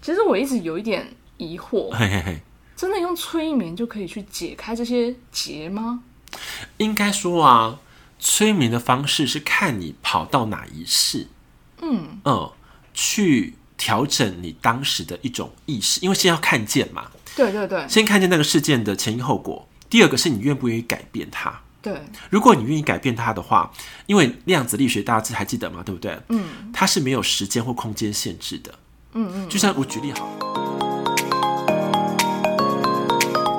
其实我一直有一点疑惑，嘿嘿嘿，真的用催眠就可以去解开这些结吗？应该说啊，催眠的方式是看你跑到哪一世，嗯嗯，去调整你当时的一种意识，因为先要看见嘛，对对对先看见那个事件的前因后果。第二个是你愿不愿意改变它。对，如果你愿意改变它的话，因为量子力学大家还记得嘛，对不对？嗯，它是没有时间或空间限制的。嗯嗯，就像我举例好了。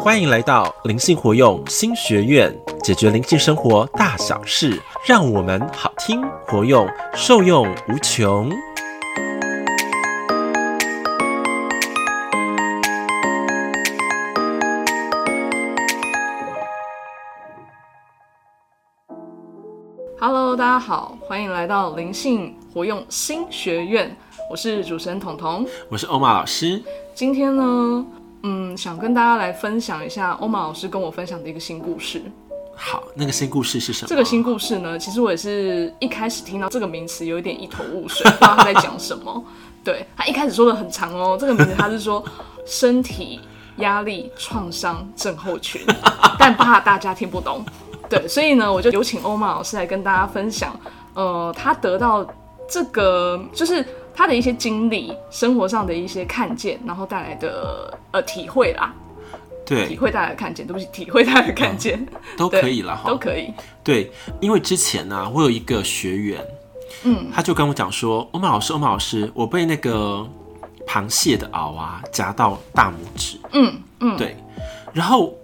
欢迎来到灵性活用新学院，解决灵性生活大小事，让我们好听活用，受用无穷。 Hello，大家好，欢迎来到灵性活用新学院，我是主持人彤彤。我是欧玛老师，今天呢，嗯，想跟大家来分享一下欧玛老师跟我分享的一个新故事。好，那个新故事是什么？这个新故事呢，其实我也是一开始听到这个名词有一点一头雾水，不 知道他在讲什么。对他一开始说的很长哦，这个名字他是说身体压力创伤症候群， 但怕大家听不懂。对，所以呢，我就有请欧玛老师来跟大家分享，呃，他得到这个就是他的一些经历，生活上的一些看见，然后带来的呃体会啦，体对会带来的看见，对不起，体会带来的看见、都对可以了哈，都可以。对，因为之前呢、我有一个学员，嗯，他就跟我讲说，欧曼老师，欧曼老师，我被那个螃蟹的螯啊夹到大拇指，嗯嗯对，然后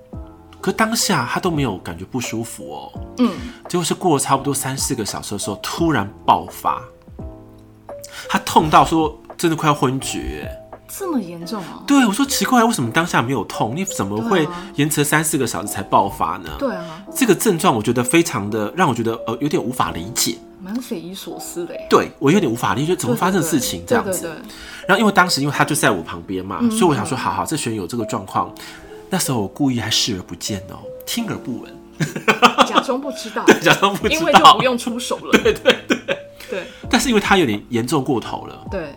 可当下他都没有感觉不舒服哦，嗯，结果是过了差不多三四个小时的时候，突然爆发，他痛到说真的快要昏厥。这么严重啊？对，我说奇怪，为什么当下没有痛？你怎么会对啊延迟三四个小时才爆发呢？对啊，这个症状我觉得非常的让我觉得呃有点无法理解。蛮匪夷所思的耶。对我有点无法理解，怎么对发生的对事情这样对子。对嗯对然后因为当时因为他就在我旁边嘛，所以我想说，好好，这学员有这个状况，那时候我故意还视而不见哦，听而不闻， 假装不知道，假装 不知因为就道不。用出手 了。对对对但是因为他有点严重过头了，对，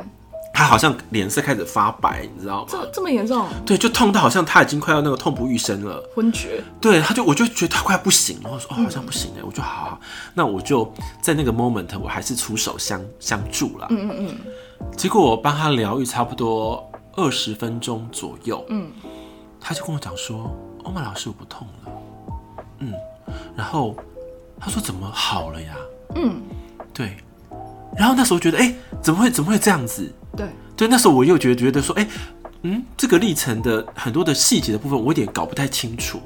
他好像脸色开始发白，你知道吗？这这么严重，对，就痛到好像他已经快要那个痛不欲生了。昏厥。对，他就我就觉得他快不行了，我嗯说哦好像不行哎，我就好好，那我就在那个 moment 我还是出手相相助啦。嗯嗯嗯。结果我帮他疗愈差不多二十分钟左右，嗯，他就跟我讲说，欧曼老师我不痛了，嗯，然后他说怎么好了呀？嗯，对，然后那时候觉得哎、怎么会怎么会这样子？对对，那时候我又觉得觉得说，哎、嗯，这个历程的很多的细节的部分，我有点搞不太清楚。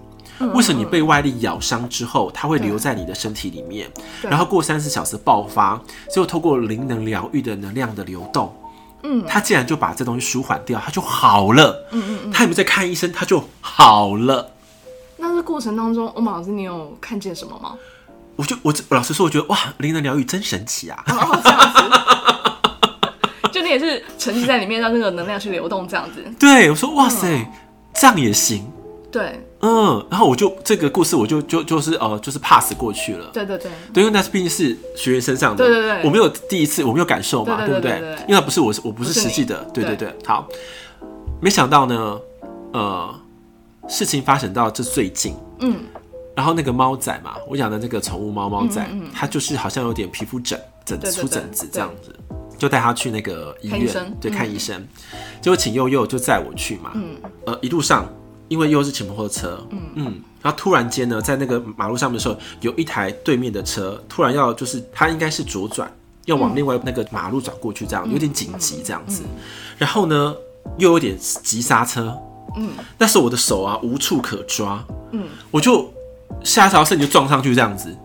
为什么你被外力咬伤之后，它会留在你的身体里面，对然后过三十小时爆发，最后透过灵能疗愈的能量的流动，嗯，它竟然就把这东西舒缓掉，它就好了。嗯嗯嗯，他也没在看医生，它就好了。那这过程当中，欧玛老师，你有看见什么吗？ 我就我老实说，我觉得哇，灵能疗愈真神奇啊！ 哦，这样子。就你也是沉浸在里面，让那个能量去流动，这样子。对，我说哇塞，这样也行。对嗯，然后我就这个故事，我就就就是呃，就是 pass 过去了。对对对对，因为那毕竟是学员身上的，对对对我没有第一次，我没有感受嘛，对不对对对对对？因为那不是我，我不是不是实际你的，对对对对。好，没想到呢，呃，事情发生到这最近，嗯，然后那个猫仔嘛，我养的那个宠物猫猫仔，它就是好像有点皮肤疹疹嗯对对出对疹子对这样子，就带它去那个医看医生院，对，嗯看医生。结果请悠悠就载我去嘛，呃，一路上因为又是骑摩托车，嗯然后突然间呢，在那个马路上面的时候，有一台对面的车突然要就是它应该是左转，要往另外那个马路转过去，这样有点紧急这样子。然后呢，又有点急刹车，嗯，但是我的手啊无处可抓，嗯，我就下一条线就撞上去这样子，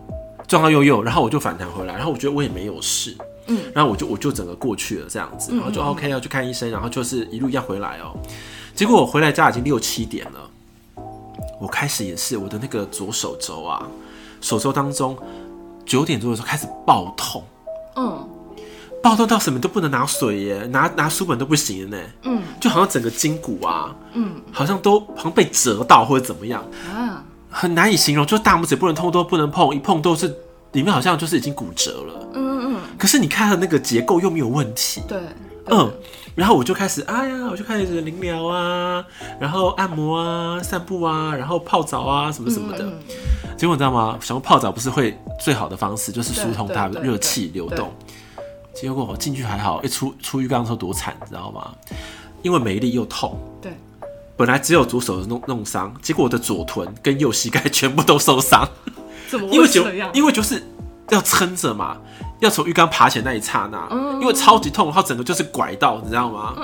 撞到右右，然后我就反弹回来，然后我觉得我也没有事。嗯，然后我就我就整个过去了这样嗯子，然后就 OK 要去看医生，然后就是一路要回来哦、结果我回来家已经六七点了，我开始也是我的那个左手肘啊，手肘当中九点多的时候开始爆痛，嗯爆痛到什么都不能拿水耶，拿拿书本都不行呢，嗯，就好像整个筋骨啊，嗯，好像都好像被折到或者怎么样，啊，很难以形容，就大拇指不能碰都不能碰，一碰都是里面好像就是已经骨折了，嗯嗯嗯，可是你看它的那个结构又没有问题，对，对嗯，然后我就开始，哎呀，我就开始灵疗啊，然后按摩啊，散步啊，然后泡澡啊，什么什嗯么的。结果你知道吗？想说泡澡不是会最好的方式，就是疏通它对对对热气流动。结果我进去还好，一出出浴缸的时候多惨，你知道吗？因为美丽又痛，嗯对，本来只有左手弄弄伤，结果我的左臀跟右膝盖全部都 受伤。怎么因会为就这样？因为就是要撑着嘛，要从浴缸爬起来那一刹那，嗯因为超级痛，然后整个就是拐到，你知道吗？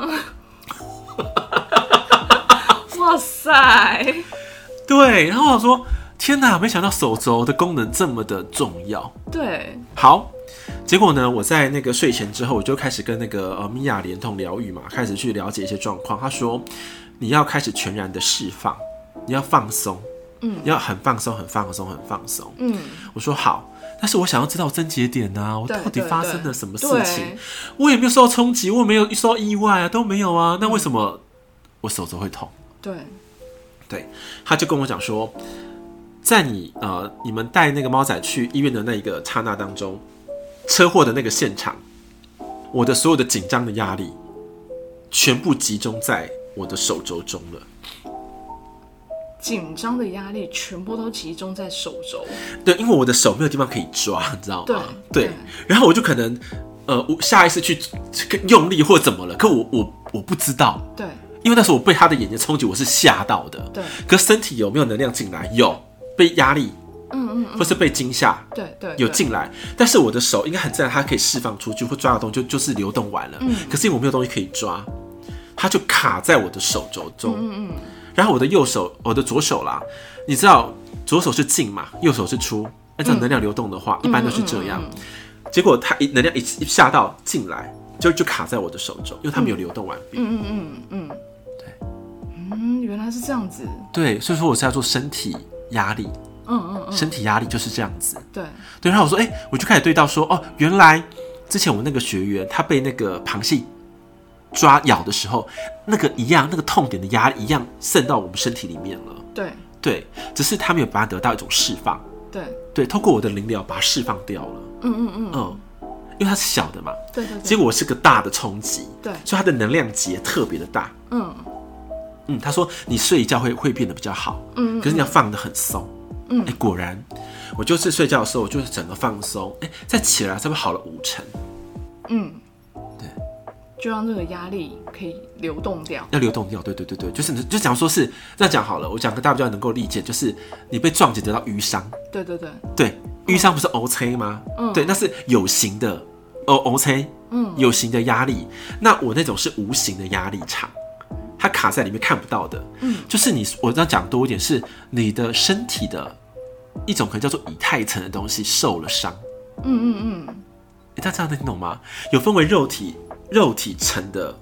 哇塞，对，然后我说天哪，没想到手肘的功能这么的重要。对，好，结果呢，我在那个睡前之后，我就开始跟那个呃米娅连同疗愈嘛，开始去了解一些状况。她说你要开始全然的释放，你要放松，嗯，要很放松，很放松，很放松。嗯，我说好，但是我想要知道症结点啊，我对到底对发对生了什么事对情？我也没有受到冲击，我也没有受到意外啊，都没有啊，那为什么我手肘会痛？对，对，他就跟我讲说，在你呃你们带那个猫仔去医院的那一个刹那当中，车祸的那个现场，我的所有的紧张的压力，全部集中在我的手肘中了。紧张的压力全部都集中在手肘，对，因为我的手没有地方可以抓，你知道吗？对对然后我就可能呃，我下意识去去用力或怎么了，可我我我不知道，对因为那时候我被他的眼睛冲击，我是吓到的。对可身体有没有能量进来？有，被压力，嗯嗯或是被惊吓。对对，有对进来，但是我的手应该很自然，它可以释放出去或抓到东西，就就是流动完了。可是因为我没有东西可以抓，它就卡在我的手肘中。然后我的右手，我的左手啦，你知道左手是进嘛，右手是出。按照能量流动的话，一般都是这样。嗯结果它一能量一一下到进来，就就卡在我的手肘，因为它没有流动完毕。嗯，原来是这样子，对，所以说我是要做身体压力，嗯嗯嗯，身体压力就是这样子。对，对，然后我说，哎、我就开始对到说，哦，原来之前我那个学员他被那个螃蟹抓咬的时候，那个一样，那个痛点的压力一样渗到我们身体里面了。对对，只是他没有把它得到一种释放，对，对，透过我的灵疗把它释放掉了。嗯嗯嗯，嗯，因为它是小的嘛，对对结对，果我是个大的冲击，对所以它的能量级也特别的大。嗯嗯，他说你睡一觉会会变得比较好，嗯，可是你要放得很松，嗯，哎、果然，我就是睡觉的时候，我就是整个放松，哎、再起来，差不多好了五成，嗯，对，就让这个压力可以流动掉，要流动掉，对对对对，就是你就讲说是这样讲好了，我讲个大家比较能够理解，就是你被撞击得到淤伤，对对对，对，淤伤不是 O C 吗？嗯，对，那是有形的 O O C，嗯，有形的压力，那我那种是无形的压力场。它卡在里面看不到的，嗯，就是你，我这样讲多一点，是你的身体的一种可能叫做以太层的东西受了伤。嗯嗯嗯，欸大家这样能听懂吗？有分为肉体、肉体层的，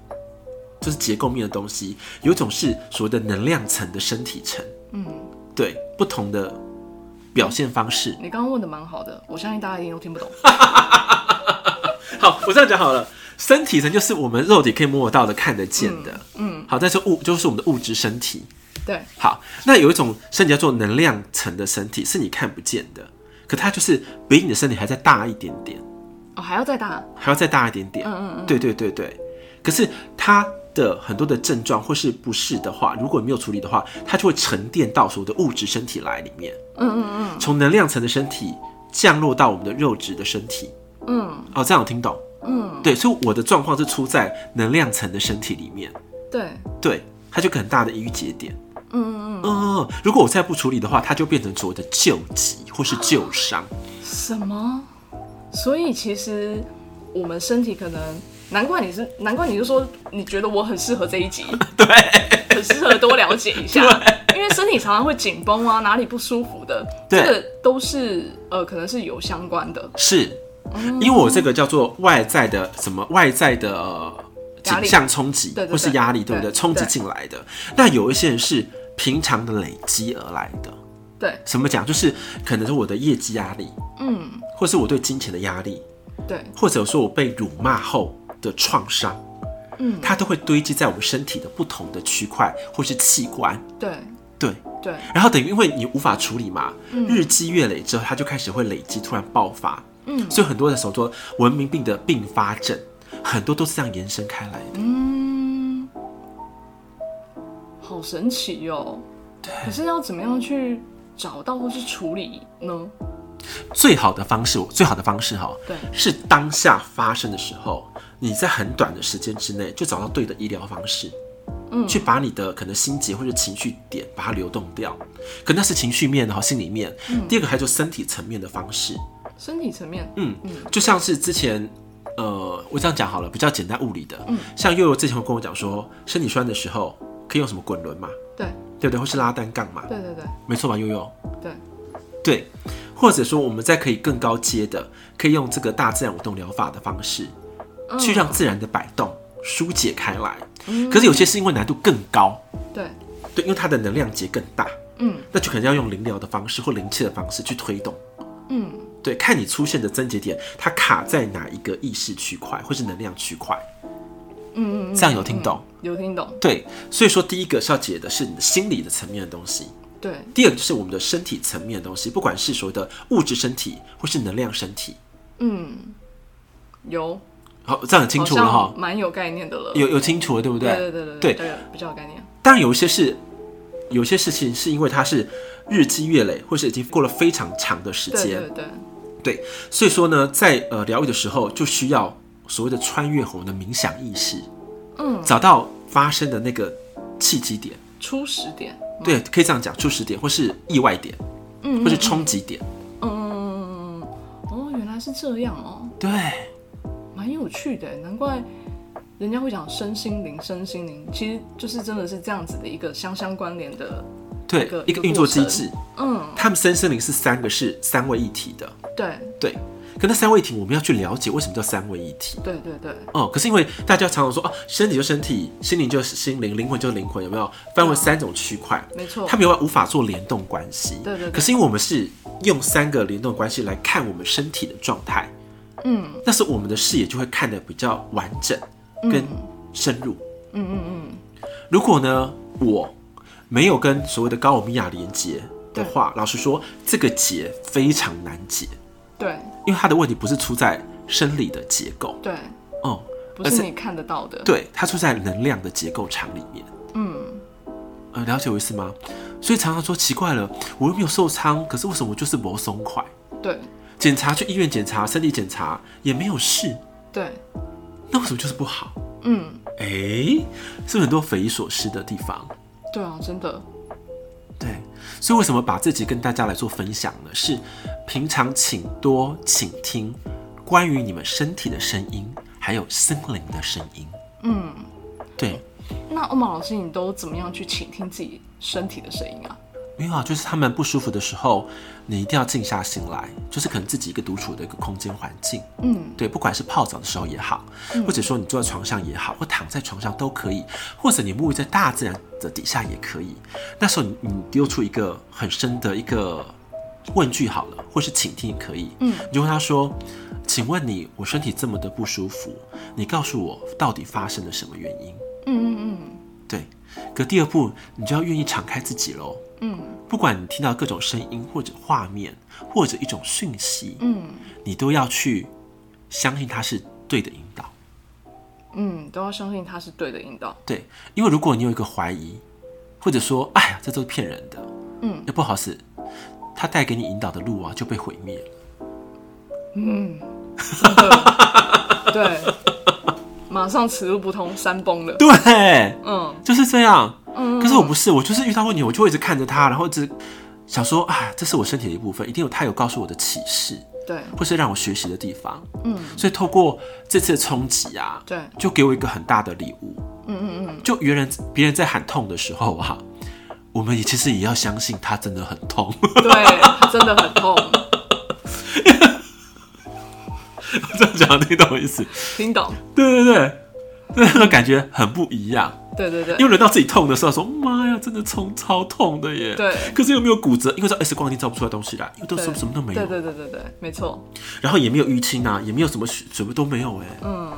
就是结构面的东西；有一种是所谓的能量层的身体层。嗯，对，不同的表现方式。你刚刚问的蛮好的，我相信大家一定都听不懂，好，我这样讲好了。身体层就是我们肉体可以摸得到的、看得见的。嗯，好，但是物就是我们的物质身体。对好，那有一种身体叫做能量层的身体，是你看不见的，可它就是比你的身体还再大一点点。哦，还要再大，还要再大一点点。嗯嗯对对对对。可是它的很多的症状或是不适的话，如果没有处理的话，它就会沉淀到所有的物质身体来里面。嗯嗯嗯。从能量层的身体降落到我们的肉质的身体。嗯哦，这样有听懂？嗯。对，所以我的状况是出在能量层的身体里面。对，对，它就有个很大的郁结点。嗯嗯嗯，如果我再不处理的话，它就变成所谓的旧疾或是旧伤。什么？所以其实我们身体可能，难怪你是，难怪你就说你觉得我很适合这一 集，对，很适合多了解一下，因为身体常常会紧绷啊，哪里不舒服的，对这个都是呃，可能是有相关的，是，嗯因为我这个叫做外在的什么外在的呃压景力象冲击对，对或是对压力，对不对对？冲击对进来的。那有一些人是平常的累积而来的，对怎么讲？就是可能是我的业绩压力，嗯，或是我对金钱的压力，对，或者说我被辱骂后的创伤，嗯，它都会堆积在我们身体的不同的区块或是器官，对，对。对，然后等于因为你无法处理嘛，日积月累之后，它就开始会累积，突然爆发。嗯，所以很多的时候说文明病的并发症，很多都是这样延伸开来的。嗯，好神奇哦。可是要怎么样去找到或是处理呢？最好的方式，最好的方式哈，对，是当下发生的时候，你在很短的时间之内就找到对的医疗方式，嗯，去把你的可能心结或者情绪点把它流动掉，可那是情绪面的哈，心里面。第二个还有就身体层面的方式，身体层面，嗯，就像是之前，呃，我这样讲好了，比较简单物理的，嗯，像悠悠之前有跟我讲说，身体酸的时候可以用什么滚轮嘛，对，对不对？或是拉单杠嘛，对对对没错吧，悠悠？对，对，或者说我们再可以更高阶的，可以用这个大自然舞动疗法的方式，嗯去让自然的摆动疏解开来。可是有些是因为难度更高，对，对，因为它的能量结更大，嗯那就可能要用灵疗的方式或灵气的方式去推动。嗯对，看你出现的症结点，它卡在哪一个意识区块或是能量区块，嗯嗯，这样有听懂？有听懂？对，所以说第一个是要解的是你的心理的层面的东西，对，第二个就是我们的身体层面的东西，不管是所谓的物质身体或是能量身体。嗯，有，好，这样很清好楚了哈像。蛮有概念的了。有有清楚了，对不对？对对对对这个比较有概念。当然有一些是，有些事情是因为它是日积月累，或是已经过了非常长的时对间，对对，对所以说呢，在呃疗愈的时候，就需要所谓的穿越我们的冥想意识，嗯，找到发生的那个契机点，初始点，对，可以这样讲，初始点或是意外点，嗯或是冲击点，嗯嗯嗯嗯嗯嗯，哦，原来是这样哦，对，蛮有趣的，难怪人家会讲身心灵，身心灵其实就是真的是这样子的一个相相关联的。对，个一一个个运作过机程制。嗯，他们身心灵是三个是三位一体的，对对。可那三位一体，我们要去了解为什么叫三位一体。对对对，哦，可是因为大家常常说哦，身体就身体，心灵就是心灵，灵魂就是灵魂，有没有？分为三种区块，没错他。们有无法做联动关系。对对对可是因为我们是用三个联动关系来看我们身体的状态，嗯那时候我们的视野就会看得比较完整跟深入。嗯嗯如果呢，我没有跟所谓的高我米亚连接的话，老实说，这个结非常难解，嗯，对因为它的问题不是出在生理的结构，对，哦、不而是是你看得到的。对，它出在能量的结构场里面。嗯，呃，了解我意思吗？所以常常说奇怪了，我又没有受伤，可是为什么我就是没松快？对检查去医院检查，身体检查也没有事，对，那为什么就是不好？嗯，哎、是不是很多匪夷所思的地方？对啊，真的，对，所以为什么把自己跟大家来做分享呢？是平常请多倾听关于你们身体的声音，还有心灵的声音。嗯，对，那欧玛老师，你都怎么样去倾听自己身体的声音啊？没有啊，就是他们不舒服的时候，你一定要静下心来，就是可能自己一个独处的一个空间环境。嗯，对，不管是泡澡的时候也好，或者说你坐在床上也好，或躺在床上都可以，或者你沐浴在大自然的底下也可以。那时候你你丢出一个很深的一个问句好了，或是倾听也可以。嗯，你就问他说：“请问你，我身体这么的不舒服，你告诉我到底发生了什么原因嗯嗯？”对，可第二步你就要愿意敞开自己喽。嗯嗯不管你听到各种声音，或者画面，或者一种讯息，嗯你都要去相信它是对的引导。嗯，都要相信他是对的引导。对，因为如果你有一个怀疑，或者说哎呀，这都是骗人的，嗯，也不好使，他带给你引导的路啊就被毁灭了。 对，马上此路不通，山崩了。对，嗯就是这样。嗯可是我不是，我就是遇到问题，我就会一直看着他，然后一直想说，哎，这是我身体的一部分，一定有他有告诉我的启示，对或是让我学习的地方。嗯，所以透过这次的冲击啊，对，就给我一个很大的礼物。嗯嗯嗯，就别人别人在喊痛的时候啊，我们也其实也要相信他真的很痛。 对，真的很痛，这样讲听懂我意思？听懂？对对对，那个感觉很不一样。对对对因，为轮到自己痛的时候，说妈呀，真的痛超痛的耶。对可是又没有骨折，因为照 X 光一定照不出来东西来，因为都对什么什么都没有对，对对对对，没错。然后也没有淤青啊，也没有什么血什么都没有哎。嗯，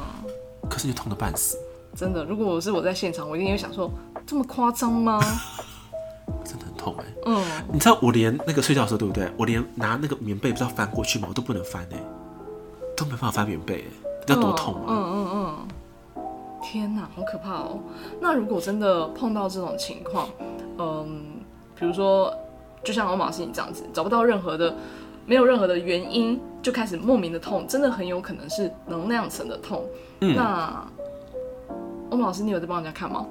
可是你痛的半死，真的，如果我是我在现场，我一定会想说，这么夸张吗？真的很痛哎。嗯，你知道我连那个睡觉的时候，对不对？我连拿那个棉被不知道翻欸过去吗？我都欸不能翻哎，都没办法翻棉被哎，那多痛啊！嗯嗯嗯嗯，天哪，好可怕哦！那如果真的碰到这种情况，嗯，比如说，就像欧马斯你这样子，找不到任何的，没有任何的原因，就开始莫名的痛，真的很有可能是能量层的痛。嗯那欧马老师，你有在帮人家看吗？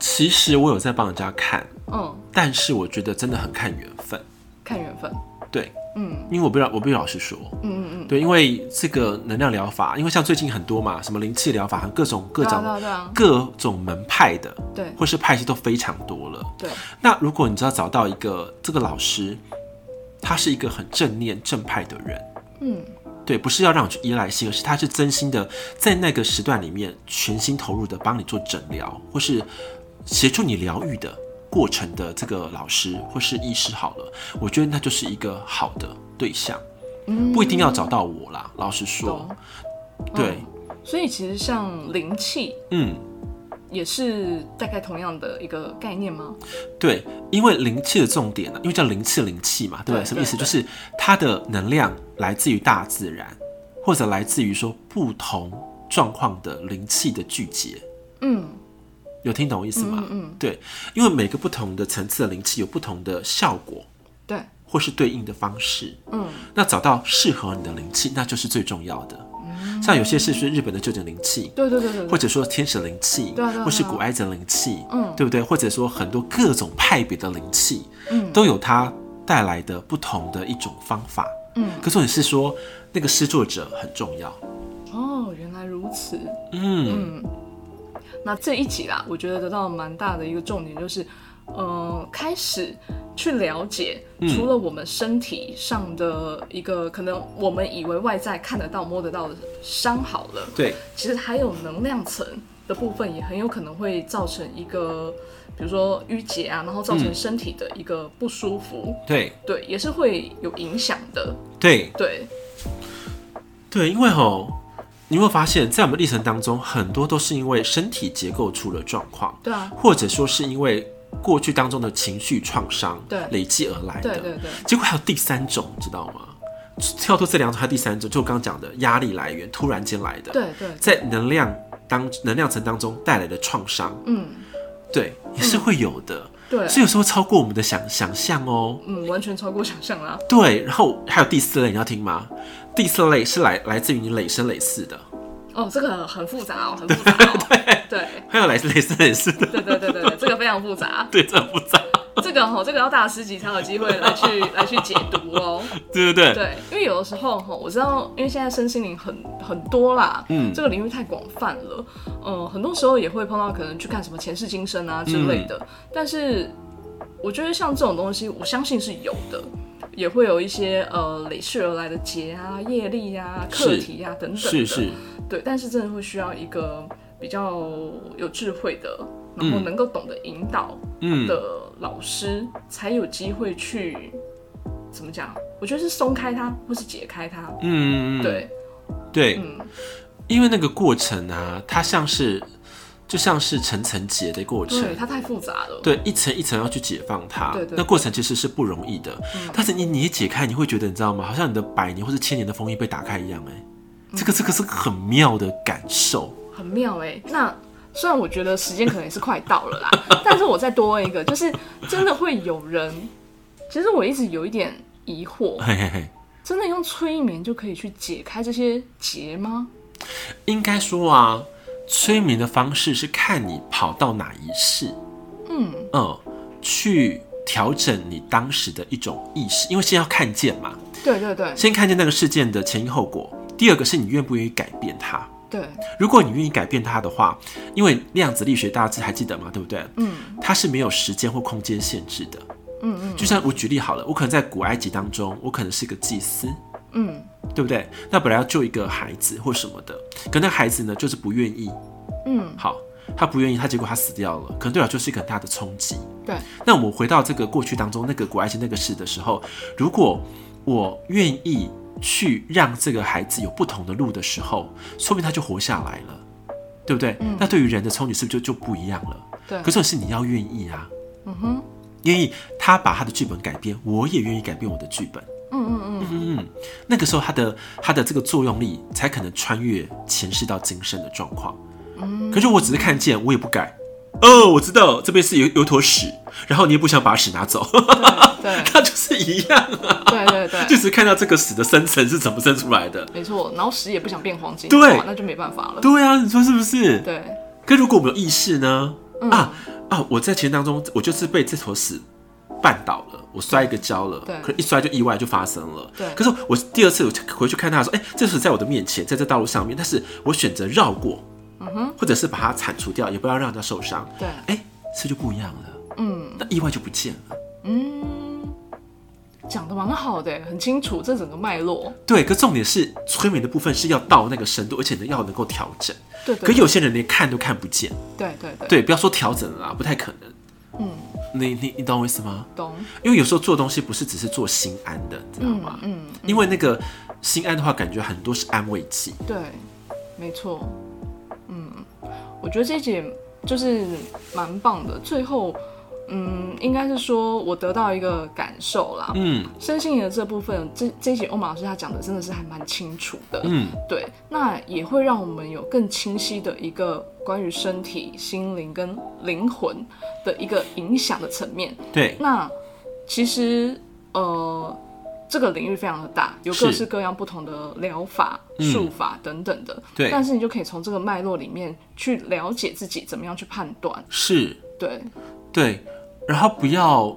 其实我有在帮人家看，嗯，但是我觉得真的很看缘分。看缘分。对，嗯因为我不要，我必须老实说，嗯嗯嗯，对，因为这个能量疗法，因为像最近很多嘛，什么灵气疗法，各种各对种、啊对啊对啊，各种门派的，对或是派系都非常多了。对，那如果你知道找到一个这个老师，他是一个很正念正派的人，嗯对，不是要让你去依赖性，而是他是真心的在那个时段里面全心投入的帮你做诊疗，或是协助你疗愈的过程的这个老师或是医师好了，我觉得那就是一个好的对象，嗯，不一定要找到我啦。老实说懂，对，所以其实像灵气嗯。也是大概同样的一个概念吗？对，因为灵气的重点呢、因为叫灵气灵气嘛，对不对？对什么意对思？就对是它的能量来自于大自然，或者来自于说不同状况的灵气的聚集，嗯有听懂我意思吗？嗯嗯，对，因为每个不同的层次的灵气有不同的效果，对，或是对应的方式。嗯那找到适合你的灵气，那就是最重要的。嗯像有些是是日本的旧井灵气，对对对对对，或者说天使灵气，对啊对啊或是对啊古埃及灵气，嗯对不对？或者说很多各种派别的灵气，嗯都有它带来的不同的一种方法。嗯可重点是说那个施作者很重要。哦，原来如此。嗯，嗯，那这一集啦，我觉得得到蛮大的一个重点就是，呃，开始去了解，除了我们身体上的一个可能我们以为外在看得到、摸得到的伤好了，对，其实还有能量层的部分也很有可能会造成一个，比如说淤结啊，然后造成嗯身体的一个不舒服，对，对，也是会有影响的，对，对，对，因为吼，你会发现在我们历程当中，很多都是因为身体结构出了状况，对啊，或者说是因为过去当中的情绪创伤对累积而来的。对对对，结果还有第三种，你知道吗？跳脱这两种，还有第三种，就我刚刚讲的压力来源突然间来的，对对，在能量当能量层当中带来的创伤，嗯，对，也是会有的。对，所以有时候超过我们的想想象哦。嗯，完全超过想象啦。对，然后还有第四类，你要听吗？第四类是来来自于你累生累世的，哦，这个很复杂哦，很复杂 哦。对还有来自累生累世的，，对对对对对，这个非常复杂对，这很复杂，这个哈、这个要大师级才有机会来去来去解读哦。对对对，对，因为有的时候哈、我知道，因为现在身心灵很很多啦，嗯这个领域太广泛了，嗯、很多时候也会碰到可能去看什么前世今生啊之类嗯的，但是我觉得像这种东西，我相信是有的。也会有一些呃累世而来的劫啊、业力啊、课是题啊等等的，是是，对，但是真的会需要一个比较有智慧的，然后能够懂得引导嗯，的老师，才有机会去怎么讲？我觉得是松开它，或是解开它。嗯，嗯，对，对，嗯，因为那个过程啊，它像是就像是层层结的过程对，，它太复杂了。对，一层一层要去解放它，对对嗯那过程其实是不容易的。但是你你一解开，你会觉得你知道吗？好像你的百年或者千年的封印被打开一样、哎，嗯这个这个是个很妙的感受。很妙哎、那虽然我觉得时间可能也是快到了啦， 但是我再多问一个，就是真的会有人，其实我一直有一点疑惑，嘿嘿嘿，真的用催眠就可以去解开这些结吗？应该说啊，催眠的方式是看你跑到哪一世，嗯，嗯，去调整你当时的一种意识，因为先要看见嘛，对对对先看见那个事件的前因后果。第二个是你愿不愿意改变它。对，如果你愿意改变它的话，因为量子力学大家知还记得吗？对不对？嗯它是没有时间或空间限制的。嗯嗯就像我举例好了，我可能在古埃及当中，我可能是个祭司，嗯对不对？那本来要救一个孩子或什么的，可那孩子呢就是不愿意。嗯，好，他不愿意，他结果他死掉了，可能对我来说是一个很大的冲击。对。那我们回到这个过去当中，那个古埃及那个事的时候，如果我愿意去让这个孩子有不同的路的时候，说明他就活下来了，对不对？那对于人的冲击是不是就就不一样了？嗯对可，是是你要愿意啊，嗯哼，愿意他把他的剧本改编，我也愿意改变我的剧本。嗯嗯嗯，嗯，那个时候他的他的这个作用力才可能穿越前世到今生的状况。嗯可是我只是看见，我也不改。哦，我知道这边是有有坨屎，然后你也不想把屎拿走， 对那就是一样啊，对对对就对，只是看到这个屎的生成是怎么生出来的。没错。然后屎也不想变黄金，对哇那就没办法了。对啊，你说是不是？对，可如果我们有意识呢？嗯啊啊！我在前当中，我就是被这坨屎绊倒了，我摔一个跤了，对可一摔就意外就发生了。对可是我第二次我回去看他说，哎、这是在我的面前，在这道路上面，但是我选择绕过，嗯哼，或者是把它铲除掉，也不要让它受伤。对哎、是就不一样了，嗯那意外就不见了。嗯，讲的蛮好的，很清楚这整个脉络。对，可重点是催眠的部分是要到那个深度，而且呢要能够调整。对可对有些人连看都看不见，对对对，对，不要说调整了啦，不太可能。嗯，你你你懂我意思吗？懂。因为有时候做东西不是只是做心安的，你知道吗？嗯嗯，因为那个心安的话，感觉很多是安慰剂。对，没错。嗯，我觉得这一集就是蛮棒的。最后，嗯，应该是说我得到一个感受啦。嗯身心灵的这部分，这这一集欧马老师他讲的真的是还蛮清楚的。嗯，对，那也会让我们有更清晰的一个关于身体、心灵跟灵魂的一个影响的层面。对那其实呃，这个领域非常的大，有是各式各样不同的疗法、嗯术法等等的。对但是你就可以从这个脉络里面去了解自己怎么样去判断。是，对，对。然后不要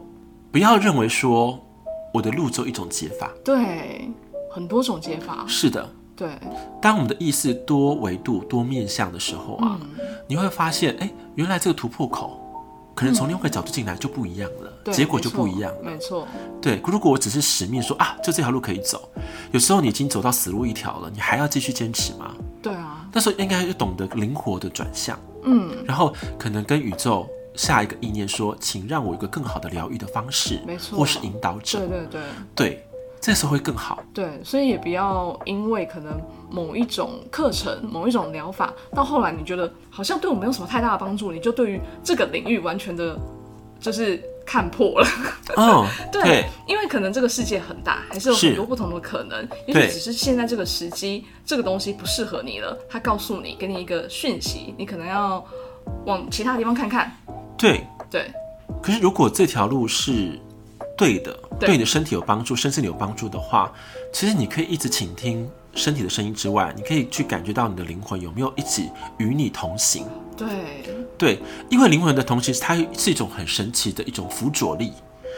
不要认为说我的路只有一种解法。对，很多种解法。是的，对，当我们的意识多维度、多面向的时候啊，嗯你会发现，哎、原来这个突破口可能从另外一个角度进来就不一样了，嗯对结果就没错不一样了。没错，对，如果我只是使命说啊，就这条路可以走，有时候你已经走到死路一条了，你还要继续坚持吗？对啊，那时候应该就懂得灵活的转向，嗯，然后可能跟宇宙下一个意念说，请让我有一个更好的疗愈的方式，没错或是引导对者，对对。对，这时候会更 好。对，所以也不要因为可能某一种课程、某一种疗法，到后来你觉得好像对我没有什么太大的帮助，你就对于这个领域完全的，就是看破 了。嗯，对，因为可能这个世界很大，还是有是很多不同的可能。也对许只是现在这个时机，这个东西不适合你了，他告诉你，给你一个讯息，你可能要往其他地方看看。对。对，可是如果这条路是对的，对对你的身体有帮助，身心里有帮助的话，其实你可以一直倾听身体的声音之外，你可以去感觉到你的灵魂有没有一起与你同行。对，对，因为灵魂的同行，它是一种很神奇的一种附着力，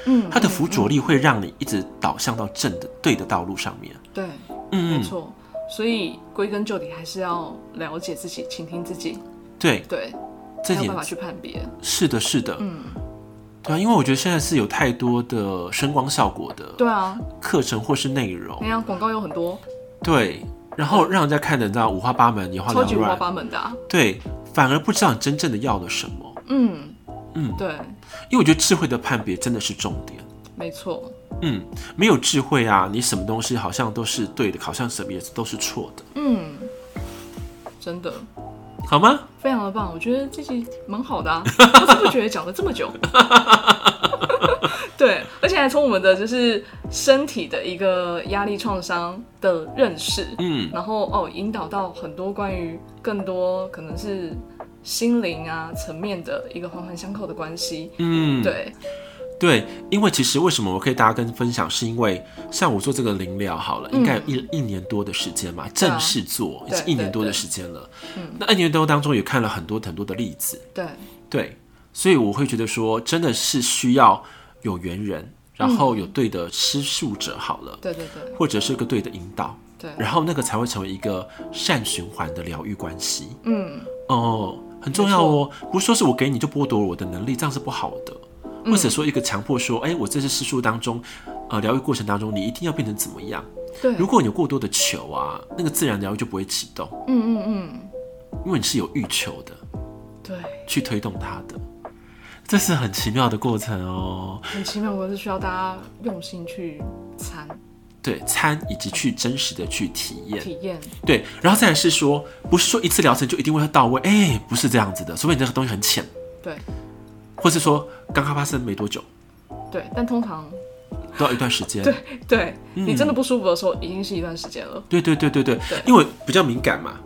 嗯，它的附着力会让你一直导向到正的对的道路上面。对，没嗯，错。所以归根究底，还是要了解自己，倾听自己。对，对，这没有点办法去判别。是的，是的，嗯，对啊，因为我觉得现在是有太多的声光效果的对啊，课程或是内容你，看广告有很多，哦对，然后让人家看的你知道五花八门、眼花超缭级五花乱，八门的、啊。对，反而不知道你真正的要了什么。嗯嗯对，因为我觉得智慧的判别真的是重点。没错，嗯，没有智慧啊，你什么东西好像都是对的，好像什么也都是错的，嗯，真的好吗？非常的棒，我觉得这集蛮好的、 啊，不知不觉讲了这么久。 对，而且还从我们的就是身体的一个压力创伤的认识，嗯，然后哦引导到很多关于更多可能是心灵啊层面的一个环环相扣的关系。嗯，对，对，因为其实为什么我可以大家跟分享，是因为像我做这个灵疗好了，应该有一、一年多的时间嘛，正式做嗯啊已对经一年多的时间了。那一年多当中也看了很多很多的例子，对，对，所以我会觉得说，真的是需要有缘人，然后有对的施术者好了，对对对或者是个对的引导，对，然后那个才会成为一个善循环的疗愈关系。嗯。哦，很重要哦，不是说是我给你就剥夺了我的能力，这样是不好的。或者说一个强迫说，哎、我这次施术当中，呃，疗愈过程当中，你一定要变成怎么样？对，如果你有过多的求啊，那个自然疗愈就不会启动，嗯嗯嗯，因为你是有欲求的对，去推动它的，这是很奇妙的过程哦。很奇妙，我是需要大家用心去参对，参以及去真实的去体验，体验，对，然后再来是说，不是说一次疗程就一定会到位，哎、不是这样子的，除非你这个东西很浅，对或是说刚刚发生没多久，对，但通常都要一段时间。对对、你真的不舒服的时候，已经是一段时间了，对对对对对对，嗯因为比较敏感嘛，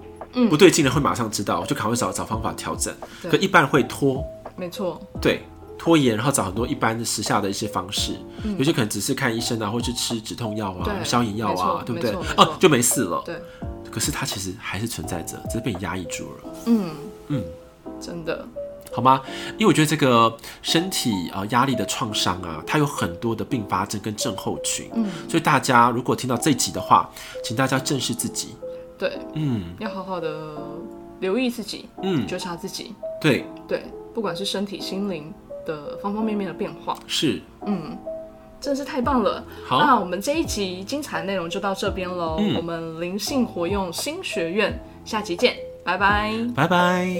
不对劲了会马上知道，就赶快找找方法调整。对可一般人会拖，没错，对，拖延，然后找很多一般的时下的一些方式，有些可能只是看医生啊，或是吃止痛药啊、嗯对消炎药啊，没错对不对没错没？错哦，就没事了。对，可是它其实还是存在着，只是被你压抑住了。真的，好吗？因为我觉得这个身体啊压力的创伤啊，它有很多的并发症跟症候群，嗯，所以大家如果听到这集的话，请大家正视自己，对，嗯要好好的留意自己，嗯，觉察自己，对，对，不管是身体、心灵的方方面面的变化，是真的是太棒了。好嗯那我们这一集精彩内容就到这边喽，我们灵性活用新学院下集见，拜拜。拜拜。